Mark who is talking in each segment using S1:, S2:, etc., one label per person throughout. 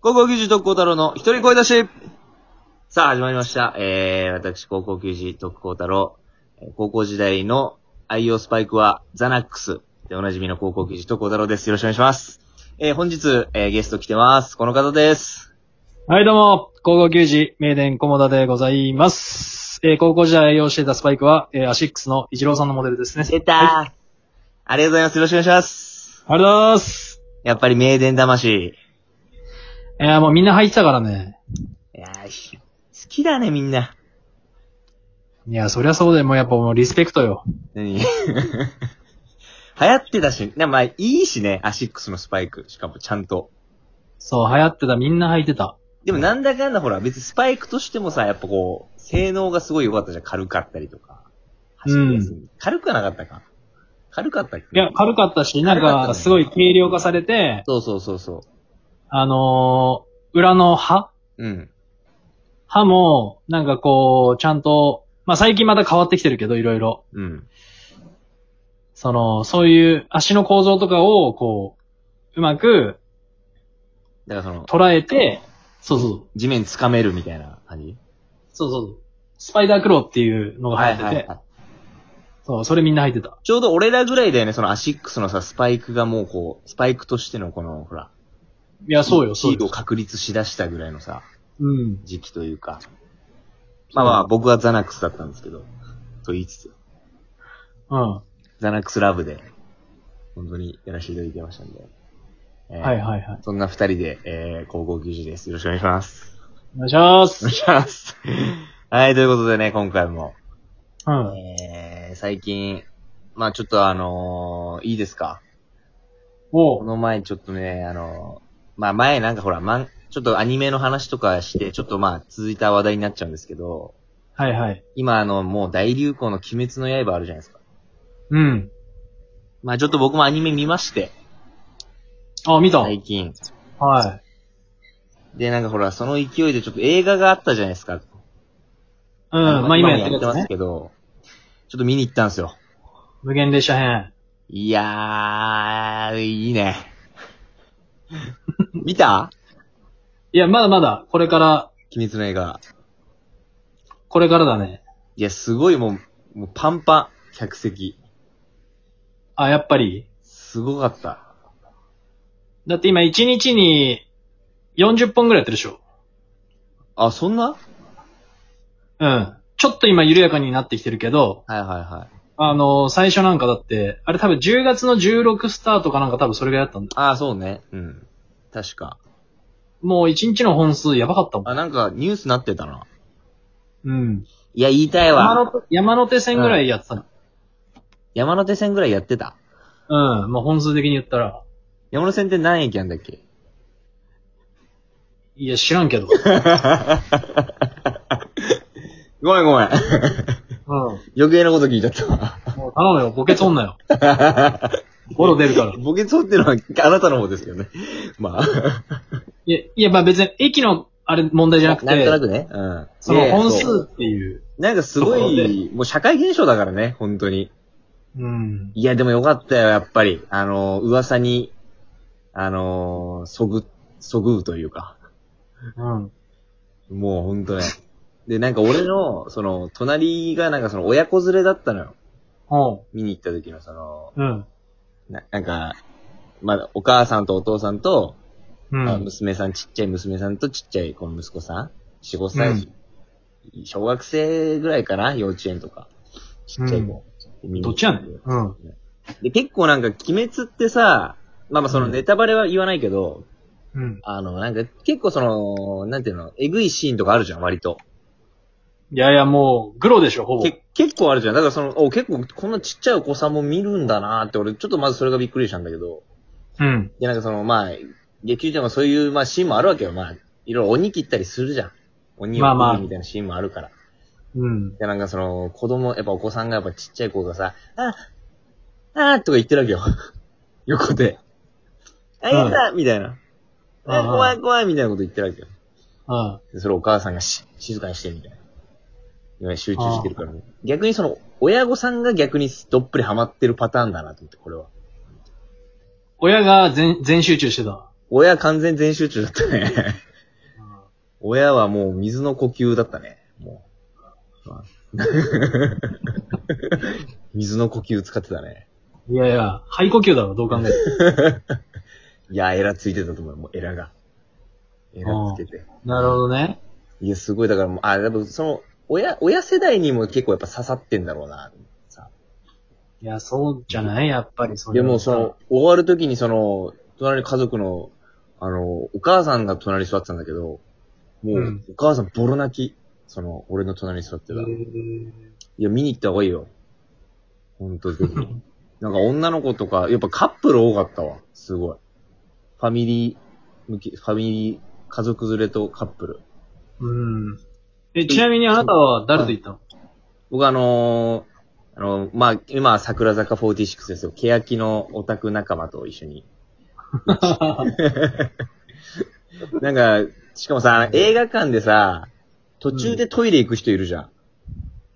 S1: 高校球児特攻太郎の一人声出しさあ、始まりました。えー、私、高校球児特攻太郎。えー高校時代の愛用スパイクはザナックス。で、おなじみの高校球児特攻太郎です。よろしくお願いします。えー、本日、えー、ゲスト来てます。この方です。
S2: はい、どうも、高校球児、名電小田でございます。えー高校時代愛用していたスパイクは、えーアシックスの一郎さんのモデルですね。
S1: 出たー、ありがとうございます。よろしくお願いします。
S2: ありがとうございます。
S1: やっぱり名電魂。
S2: えーもうみんな入ってたからね。
S1: いやー好きだね、みんな。
S2: いや、そりゃそうで、もうやっぱもうリスペクトよ。
S1: 何 流行ってたし、なまあ、いいしね、アシックスのスパイク。しかも、ちゃんと。
S2: そう、流行ってた、みんな入ってた。
S1: でも、なんだかんだほら、別にスパイクとしてもさ、やっぱこう、性能がすごい良かったじゃん。軽かったりとか。走りやすい。軽くはなかったか。軽かったっけ
S2: いや、軽かったし、なん
S1: 軽かったね
S2: か、すごい軽量化されて、
S1: そうそうそうそ
S2: あのー裏の刃
S1: う。うん。
S2: 刃も、なんかこう、ちゃんと、まあ、最近また変わってきてるけど、いろいろ。
S1: うん。
S2: その、そういう足の構造とかを、こう、うまく
S1: だからその、
S2: 捉えて、そうそう。
S1: 地面掴めるみたいな感じ
S2: そうそうそう。スパイダークローっていうのが入ってて、
S1: い。
S2: そう、それみんな入ってた。
S1: ちょうど俺らぐらいだよね、そのアシックスのさ、スパイクがもうこう、スパイクとしてのこの、ほら、
S2: いや、そうよ、そ
S1: シ
S2: う
S1: ード
S2: よ
S1: を。確立しだしたぐらいのさ、
S2: うん。
S1: 時期というか。まあまあ、僕はザナックスだったんですけど、と言いつつ、
S2: うん。
S1: ザナックスラブで、本当にやらせていただいてましたんで。えー
S2: はいはいはい。
S1: そんな二人で、えー、高校球児です。よろしくお願いします。
S2: お願いしま
S1: お願
S2: す。
S1: いします。 はい、ということでね、今回も。
S2: うん。
S1: えー、最近、まあちょっとあのーいいですか
S2: お
S1: こ
S2: う。
S1: の前ちょっとね、あの、まあ前なんかほら、まん、ちょっとアニメの話とかして、ちょっとまあ続いた話題になっちゃうんですけど、
S2: はいはい。
S1: 今あの、もう大流行の鬼滅の刃あるじゃないですか。
S2: うん。
S1: まあちょっと僕もアニメ見まして、
S2: あ、見た。は
S1: 最
S2: い。
S1: 近。で、なんかほら、その勢いでちょっと映画があったじゃないですか。
S2: うん。
S1: あの
S2: まあ今やって
S1: も
S2: る
S1: て
S2: や
S1: ま
S2: つ
S1: す
S2: ね。
S1: けど、ちょっと見に行ったんですよ。
S2: 無限列車編。
S1: いやー、いいね。 見た
S2: いや、まだまだ、これから、
S1: 鬼滅の映画。
S2: これからだね。
S1: いや、すごいもう、もうパンパン、客席。
S2: あ、やっぱり。
S1: すごかった。
S2: だって今1日に40本ぐらいやってるでしょ。
S1: あ、そんなは
S2: うん。ちょっと今緩やかになってきてるけど、
S1: いはいはい。
S2: あの、最初なんかだって、あれ多分10月の16スタートかなんか多分それぐらいだったんだ。
S1: ああ、そうね。うん。確か。
S2: もう1日の本数やばかったもん。
S1: あ、なんかニュースなってたな。
S2: うん。
S1: いや、言いたいわ。
S2: 山手山手線ぐらいやってたの。
S1: 山手線ぐらいやってた。
S2: うん。まあ本数的に言ったら。
S1: 山手線って何駅あんだっけ
S2: いや、知らんけど。
S1: ごめんごめん。
S2: うん。
S1: 余計なこと聞いちゃったわ。
S2: もう頼むよ、ボケとんな よ。ボロ出るから。い
S1: ボケそうってのはあなたの方ですけどね。まあ。
S2: や、いや、まあ別に駅の、あれ問題じゃなく
S1: なんとな
S2: て、
S1: くね。うん。
S2: その本
S1: いやいやそう
S2: 数っていう。
S1: なんかすご
S2: ところ
S1: い、
S2: で
S1: もう社会現象だからね、本当に。
S2: うん。
S1: いや、でもよかったよ、やっぱり。あの、噂に、あの、そぐ、そぐうというか。
S2: うん。
S1: もうほんとね。で、なんか俺の、その、隣がなんかその親子連れだったのよ。
S2: ほ
S1: 見に行った時のその、
S2: う。うん。
S1: ななんか、まだお母さんとお父さんと、
S2: う
S1: あ
S2: ん。
S1: 娘さん、ちっちゃい娘さんとちっちゃいこの息子さん ?4、5歳、
S2: うん
S1: 小学生ぐらいかな幼稚園とか。ちっちゃい子。見に行
S2: どっちやねん。うん。
S1: で、結構なんか鬼滅ってさ、まあまあその
S2: うん
S1: ネタバレは言わないけど、
S2: うん。
S1: あの、なんか結構その、なんていうの、えぐいシーンとかあるじゃん、割と。
S2: いやいや、もう、グロでしょ、ほぼ。
S1: け結構あるじゃん。だからその、お結構こんなちっちゃいお子さんも見るんだなって、俺ちょっとまずそれがびっくりしたんだけど。
S2: うん。
S1: で、なんかその、まあ、劇中でもそういう、まあシーンもあるわけよ。まあ、いろいろ鬼切ったりするじゃん。鬼を
S2: まあまあ
S1: 切るみたいなシーンもあるから。
S2: うん。
S1: で、なんかその、子供、やっぱお子さんがやっぱちっちゃい子がさ、ああーとか言ってるわけよ。 横で。あ、やだみたいな。あ
S2: うん
S1: 怖い怖いみたいなこと言ってるわけよ。
S2: うん。
S1: でそれお母さんがし静かにしてみたいな。今集中してるからね。逆にその、親御さんが逆にどっぷりハマってるパターンだなと思って、これは。
S2: 親が全、全集中してた。
S1: 親完全全集中だったね。親はもう水の呼吸だったね。もう。まあ 水の呼吸使ってたね。
S2: いやいや、肺呼吸だろ、ど う考えても。
S1: いや、エラついてたと思うよ。もうエラが。エラつけて。
S2: なるほどね。
S1: いや、すごい。だからもう、あ、多分その、親、親世代にも結構やっぱ刺さってんだろうな。さ
S2: いや、そうじゃないやっぱりそ
S1: で
S2: れは
S1: もうその、終わる時にその、隣の家族の、あの、お母さんが隣に座ってたんだけど、もう、
S2: うん
S1: お母さんボロ泣き。その、俺の隣に座ってた。
S2: へ
S1: い
S2: ー
S1: や、見に行った方がいいよ。本当に。なんか女の子とか、やっぱカップル多かったわ。すごい。ファミリー向き、ファミリー、家族連れとカップル。
S2: うん。え、ちなみにあなたは誰と行ったの
S1: 僕はあのーあのーまあ、今は桜坂46ですよ。欅のオタク仲間と一緒に。 なんか、しかもさ、映画館でさ、途中でトイレ行く人いるじゃん。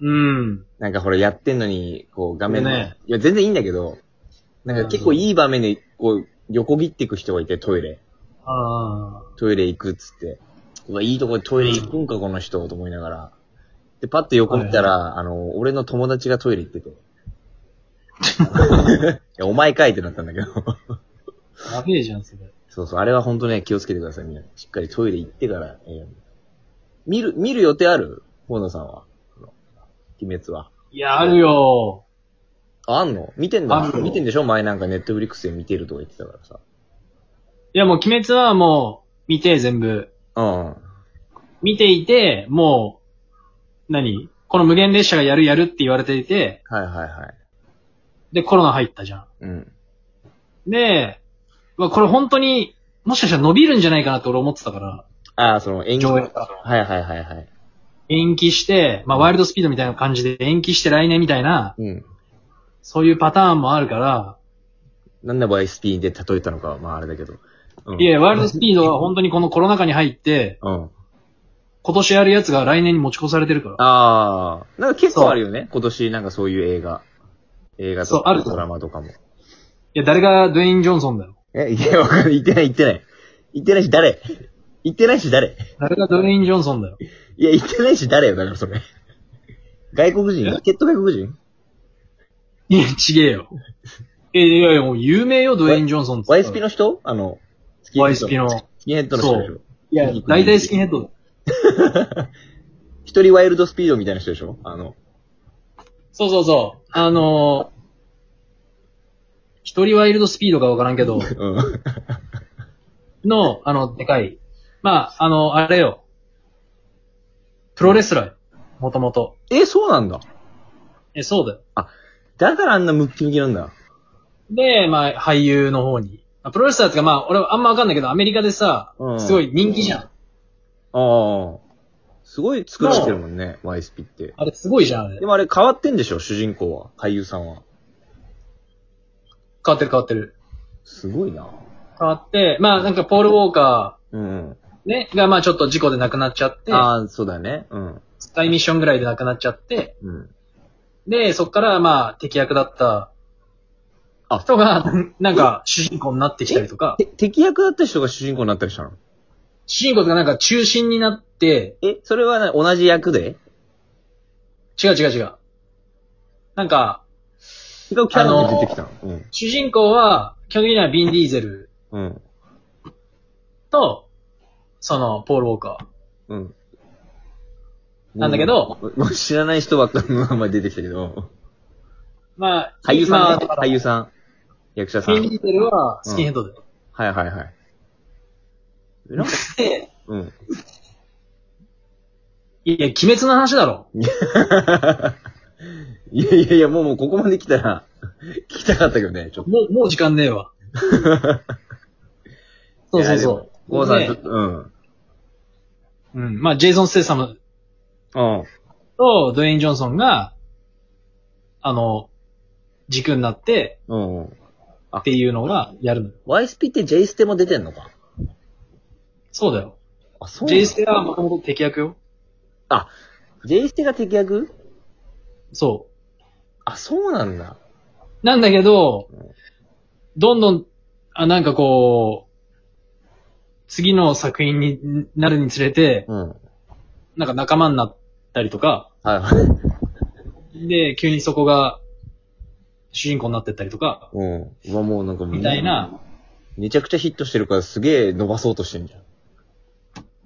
S2: うん。
S1: なんかほら、やってんのに、こう、画面の、
S2: ね
S1: いや、全然いいんだけど、なんか結構いい場面で、こう、横切っていく人がいて、トイレ。
S2: あ
S1: トイレ行くっつって。うわ、いいとこでトイレ行くんか、この人、と思いながら。で、パッと横見たら、あの、俺の友達がトイレ行ってて。い や、お前かいってなったんだけど。
S2: あ。やべえじゃん、それ。
S1: そうそう、あれは本当ね、気をつけてください、みんな。しっかりトイレ行ってから、えー見る、見る予定ある河野さんは。この鬼滅は。
S2: いや、あるよ。
S1: あ、あんの見てんだ
S2: あ。る
S1: 見てんでしょ前なんかネットフリックスで見てるとか言ってたからさ。
S2: いや、もう鬼滅はもう、見て、全部。
S1: うん。
S2: 見ていて、もう、何この無限列車がやるやるって言われていて、
S1: はいはいはい。
S2: で、コロナ入ったじゃ
S1: うん。
S2: ん。で、まあ、これ本当に、もしかしたら伸びるんじゃないかなって俺思ってたから、
S1: ああ、その演技。
S2: 上映
S1: はいはいはいはい。
S2: 延期して、まあ、ワイルドスピードみたいな感じで延期して来年みたいな、
S1: うん。
S2: そういうパターンもあるから、
S1: なんで YSP で例えたのかは、まああれだけど。うん、
S2: いや、ワイルドスピードは本当にこのコロナ禍に入って、
S1: うん。
S2: 今年やるやつが来年に持ち越されてるから。
S1: ああ、なんか結構あるよね。今年なんかそういう映画。映画
S2: そう
S1: と
S2: あ
S1: か
S2: る
S1: ドラマとかも。
S2: いや、誰がドゥエイン・ジョンソンだよ。
S1: え、いや、わかんない。言ってない言ってない。言ってないし誰言ってないし誰
S2: 誰がドゥエイン・ジョンソンだよ。
S1: いや、言ってないし誰よ、だからそれ。外国人
S2: え
S1: チケット外国人
S2: いや、ちげえ よ。え、いやいや、もう有名よ、ドゥエイン・ジョンソンって。
S1: ?YSP の人あの、スキンヘッド
S2: YSP の。
S1: スキンヘッドの人でし
S2: そ
S1: ょ
S2: ういや、大体スキンヘッドだ。
S1: 一人ワイルドスピードみたいな人でしょあの、
S2: そうそうそう。あのー、一人ワイルドスピードかわからんけ
S1: う
S2: ど、
S1: ん。
S2: の、あの、でかい。まあ、あの、あれよ。プロレスラーよ。もともと。
S1: え、そうなんだ。
S2: え、そうだよ。
S1: だからあんなムッキムキなんだ。
S2: で、まあ、俳優の方に。あプロレスラーってか、まあ、俺はあんまわかんないけど、アメリカでさ
S1: う、ん
S2: すごい人気じゃん。
S1: ああ。すごい作られてるもんね、YSP って。
S2: あれすごいじゃん、あれ。
S1: で
S2: 変
S1: もあれ変わってんでしょ主人公は。俳優さんは。
S2: わってる変わってる。
S1: すごいな。
S2: 変わって、まあ、なんか、ポール・ウォーカ
S1: うん、うん。
S2: ー、ね、が、まあ、ちょっと事故で亡くなっちゃって、
S1: ああ、そうだね。うん。
S2: スカイミッションぐらいで亡くなっちゃって、
S1: うん。
S2: で、そっから、まあ、敵役だった
S1: あ
S2: 人が、 なんか、主人公になってきたりとか、
S1: て敵役だった人が主人公になったりしたの
S2: 主人公がなんか中心になって、
S1: え、それは、ね、同じ役で
S2: 違う違う違う。なんか、
S1: 違うキャラで出てきたの、
S2: 主人公は、基本的にはビン・ディーゼル
S1: うん。うん。
S2: と、その、ポール・ウォーカー。
S1: うん。
S2: なんだけど
S1: もう、もう知らない人ばっかりの 名前出てきたけど。
S2: まあ、
S1: 俳優さん、ね、
S2: 今
S1: 俳優さん。役者さん。
S2: ビン・ディーゼルはスキンヘッドで。
S1: はいはいはい。えなんか、
S2: で、
S1: うん。
S2: いや、鬼滅の話だろ。
S1: いやいやいや、もうもうここまで来たら、 聞きたかったけどね、ちょっと。
S2: もう、もう時間ね えわ。そうそうそう。
S1: ゴーさん、
S2: で
S1: ちょっと、うん。
S2: うん。まあ、ジェイソン・ステイサム
S1: うん。
S2: とドウェイン・ジョンソンが、あの、軸になって
S1: うんうん。
S2: っていうのがやるのよ。
S1: YSP って J ステも出てんのか
S2: そうだよ。
S1: あ、そうな
S2: J
S1: の
S2: ステはもともと敵役よ。
S1: あ、J ステが敵役
S2: そ
S1: あ、そうなんだ。
S2: う。なんだけど
S1: うん、
S2: どんどん、あ、なんかこう、次の作品になるにつれて、
S1: うん。
S2: なんか仲間になったりとか、
S1: はいはい。
S2: で、急にそこが主人公になってったりとか、
S1: うん。うわ、もうなんかもう
S2: みたい。な。
S1: めちゃくちゃヒットしてるからすげえ伸ばそうとしてんじゃん。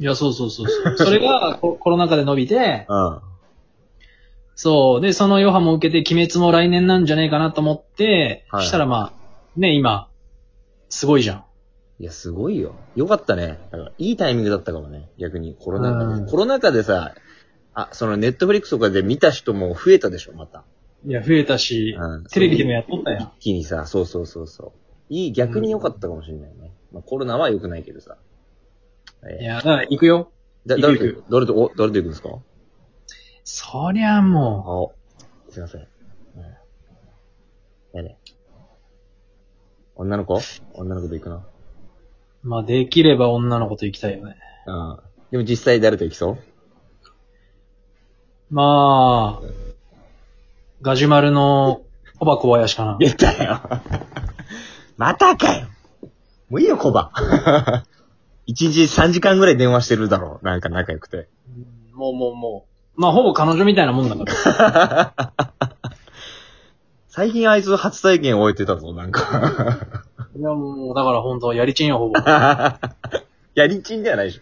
S2: いや、そうそうそうそう。それがココロナ禍で伸びて、
S1: うん。
S2: そう。で、その余波も受けて、鬼滅も来年なんじゃねえかなと思って、
S1: はい
S2: したらまあ、ね、今、すごいじゃん。
S1: いや、すごいよ。よかったね。だから、いいタイミングだったかもね。逆に、コロナ禍で。
S2: うん
S1: コロナ禍でさ、あ、その、ネットフリックスとかで見た人も増えたでしょ、また。
S2: いや、増えたし、
S1: うん
S2: テレビでもやっとったやん。
S1: 一気にさ、そうそうそうそう。いい、逆に良かったかもしれないね。まあ、コロナは良くないけどさ。えー
S2: いや、だから行くよ。
S1: だ、
S2: 行く
S1: 誰と誰と、
S2: 行、
S1: お、誰と行くんですか
S2: そりゃも
S1: あ、すいません。うんやれ。女の子女の子と行くな。
S2: う、まあできれば女の子と行きたいよね。
S1: うん。でも実際誰と行きそう
S2: まあ、ガジュマルの小箱小林かな。
S1: 出たよ。またかよ。もういいよ、コバ。 一日3時間ぐらい電話してるだろう。なんか仲良くて。
S2: もうもうもう。まあほぼ彼女みたいなもんだから。
S1: 最近あいつ初体験終えてたぞ、なんか。
S2: いやもう、だから本当やりちんよほぼ。
S1: やりちんではないでしょ。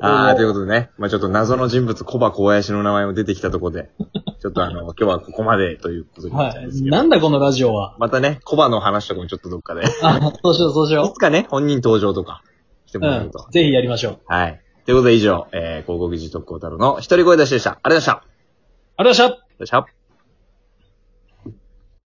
S1: ああ、ということでね。まあちょっと謎の人物、コバ小林の名前も出てきたところで、ちょっと あの、今日はここまでということになっ
S2: は
S1: ちゃうんです
S2: い。
S1: けど。
S2: なんだこのラジオは。
S1: またね、コバの話とかもちょっとどっ かで。
S2: あ、そうしようそうし
S1: い
S2: よ
S1: つかね、本人登場とかして
S2: う。
S1: も
S2: う
S1: らえる
S2: ん
S1: と。。
S2: ぜひやりましょう。
S1: はい。ということで以上、えー、広告時特攻太郎の一人声出しでした。ありがとうございました。あ
S2: ありがとうござい
S1: りが
S2: ました
S1: とうございました。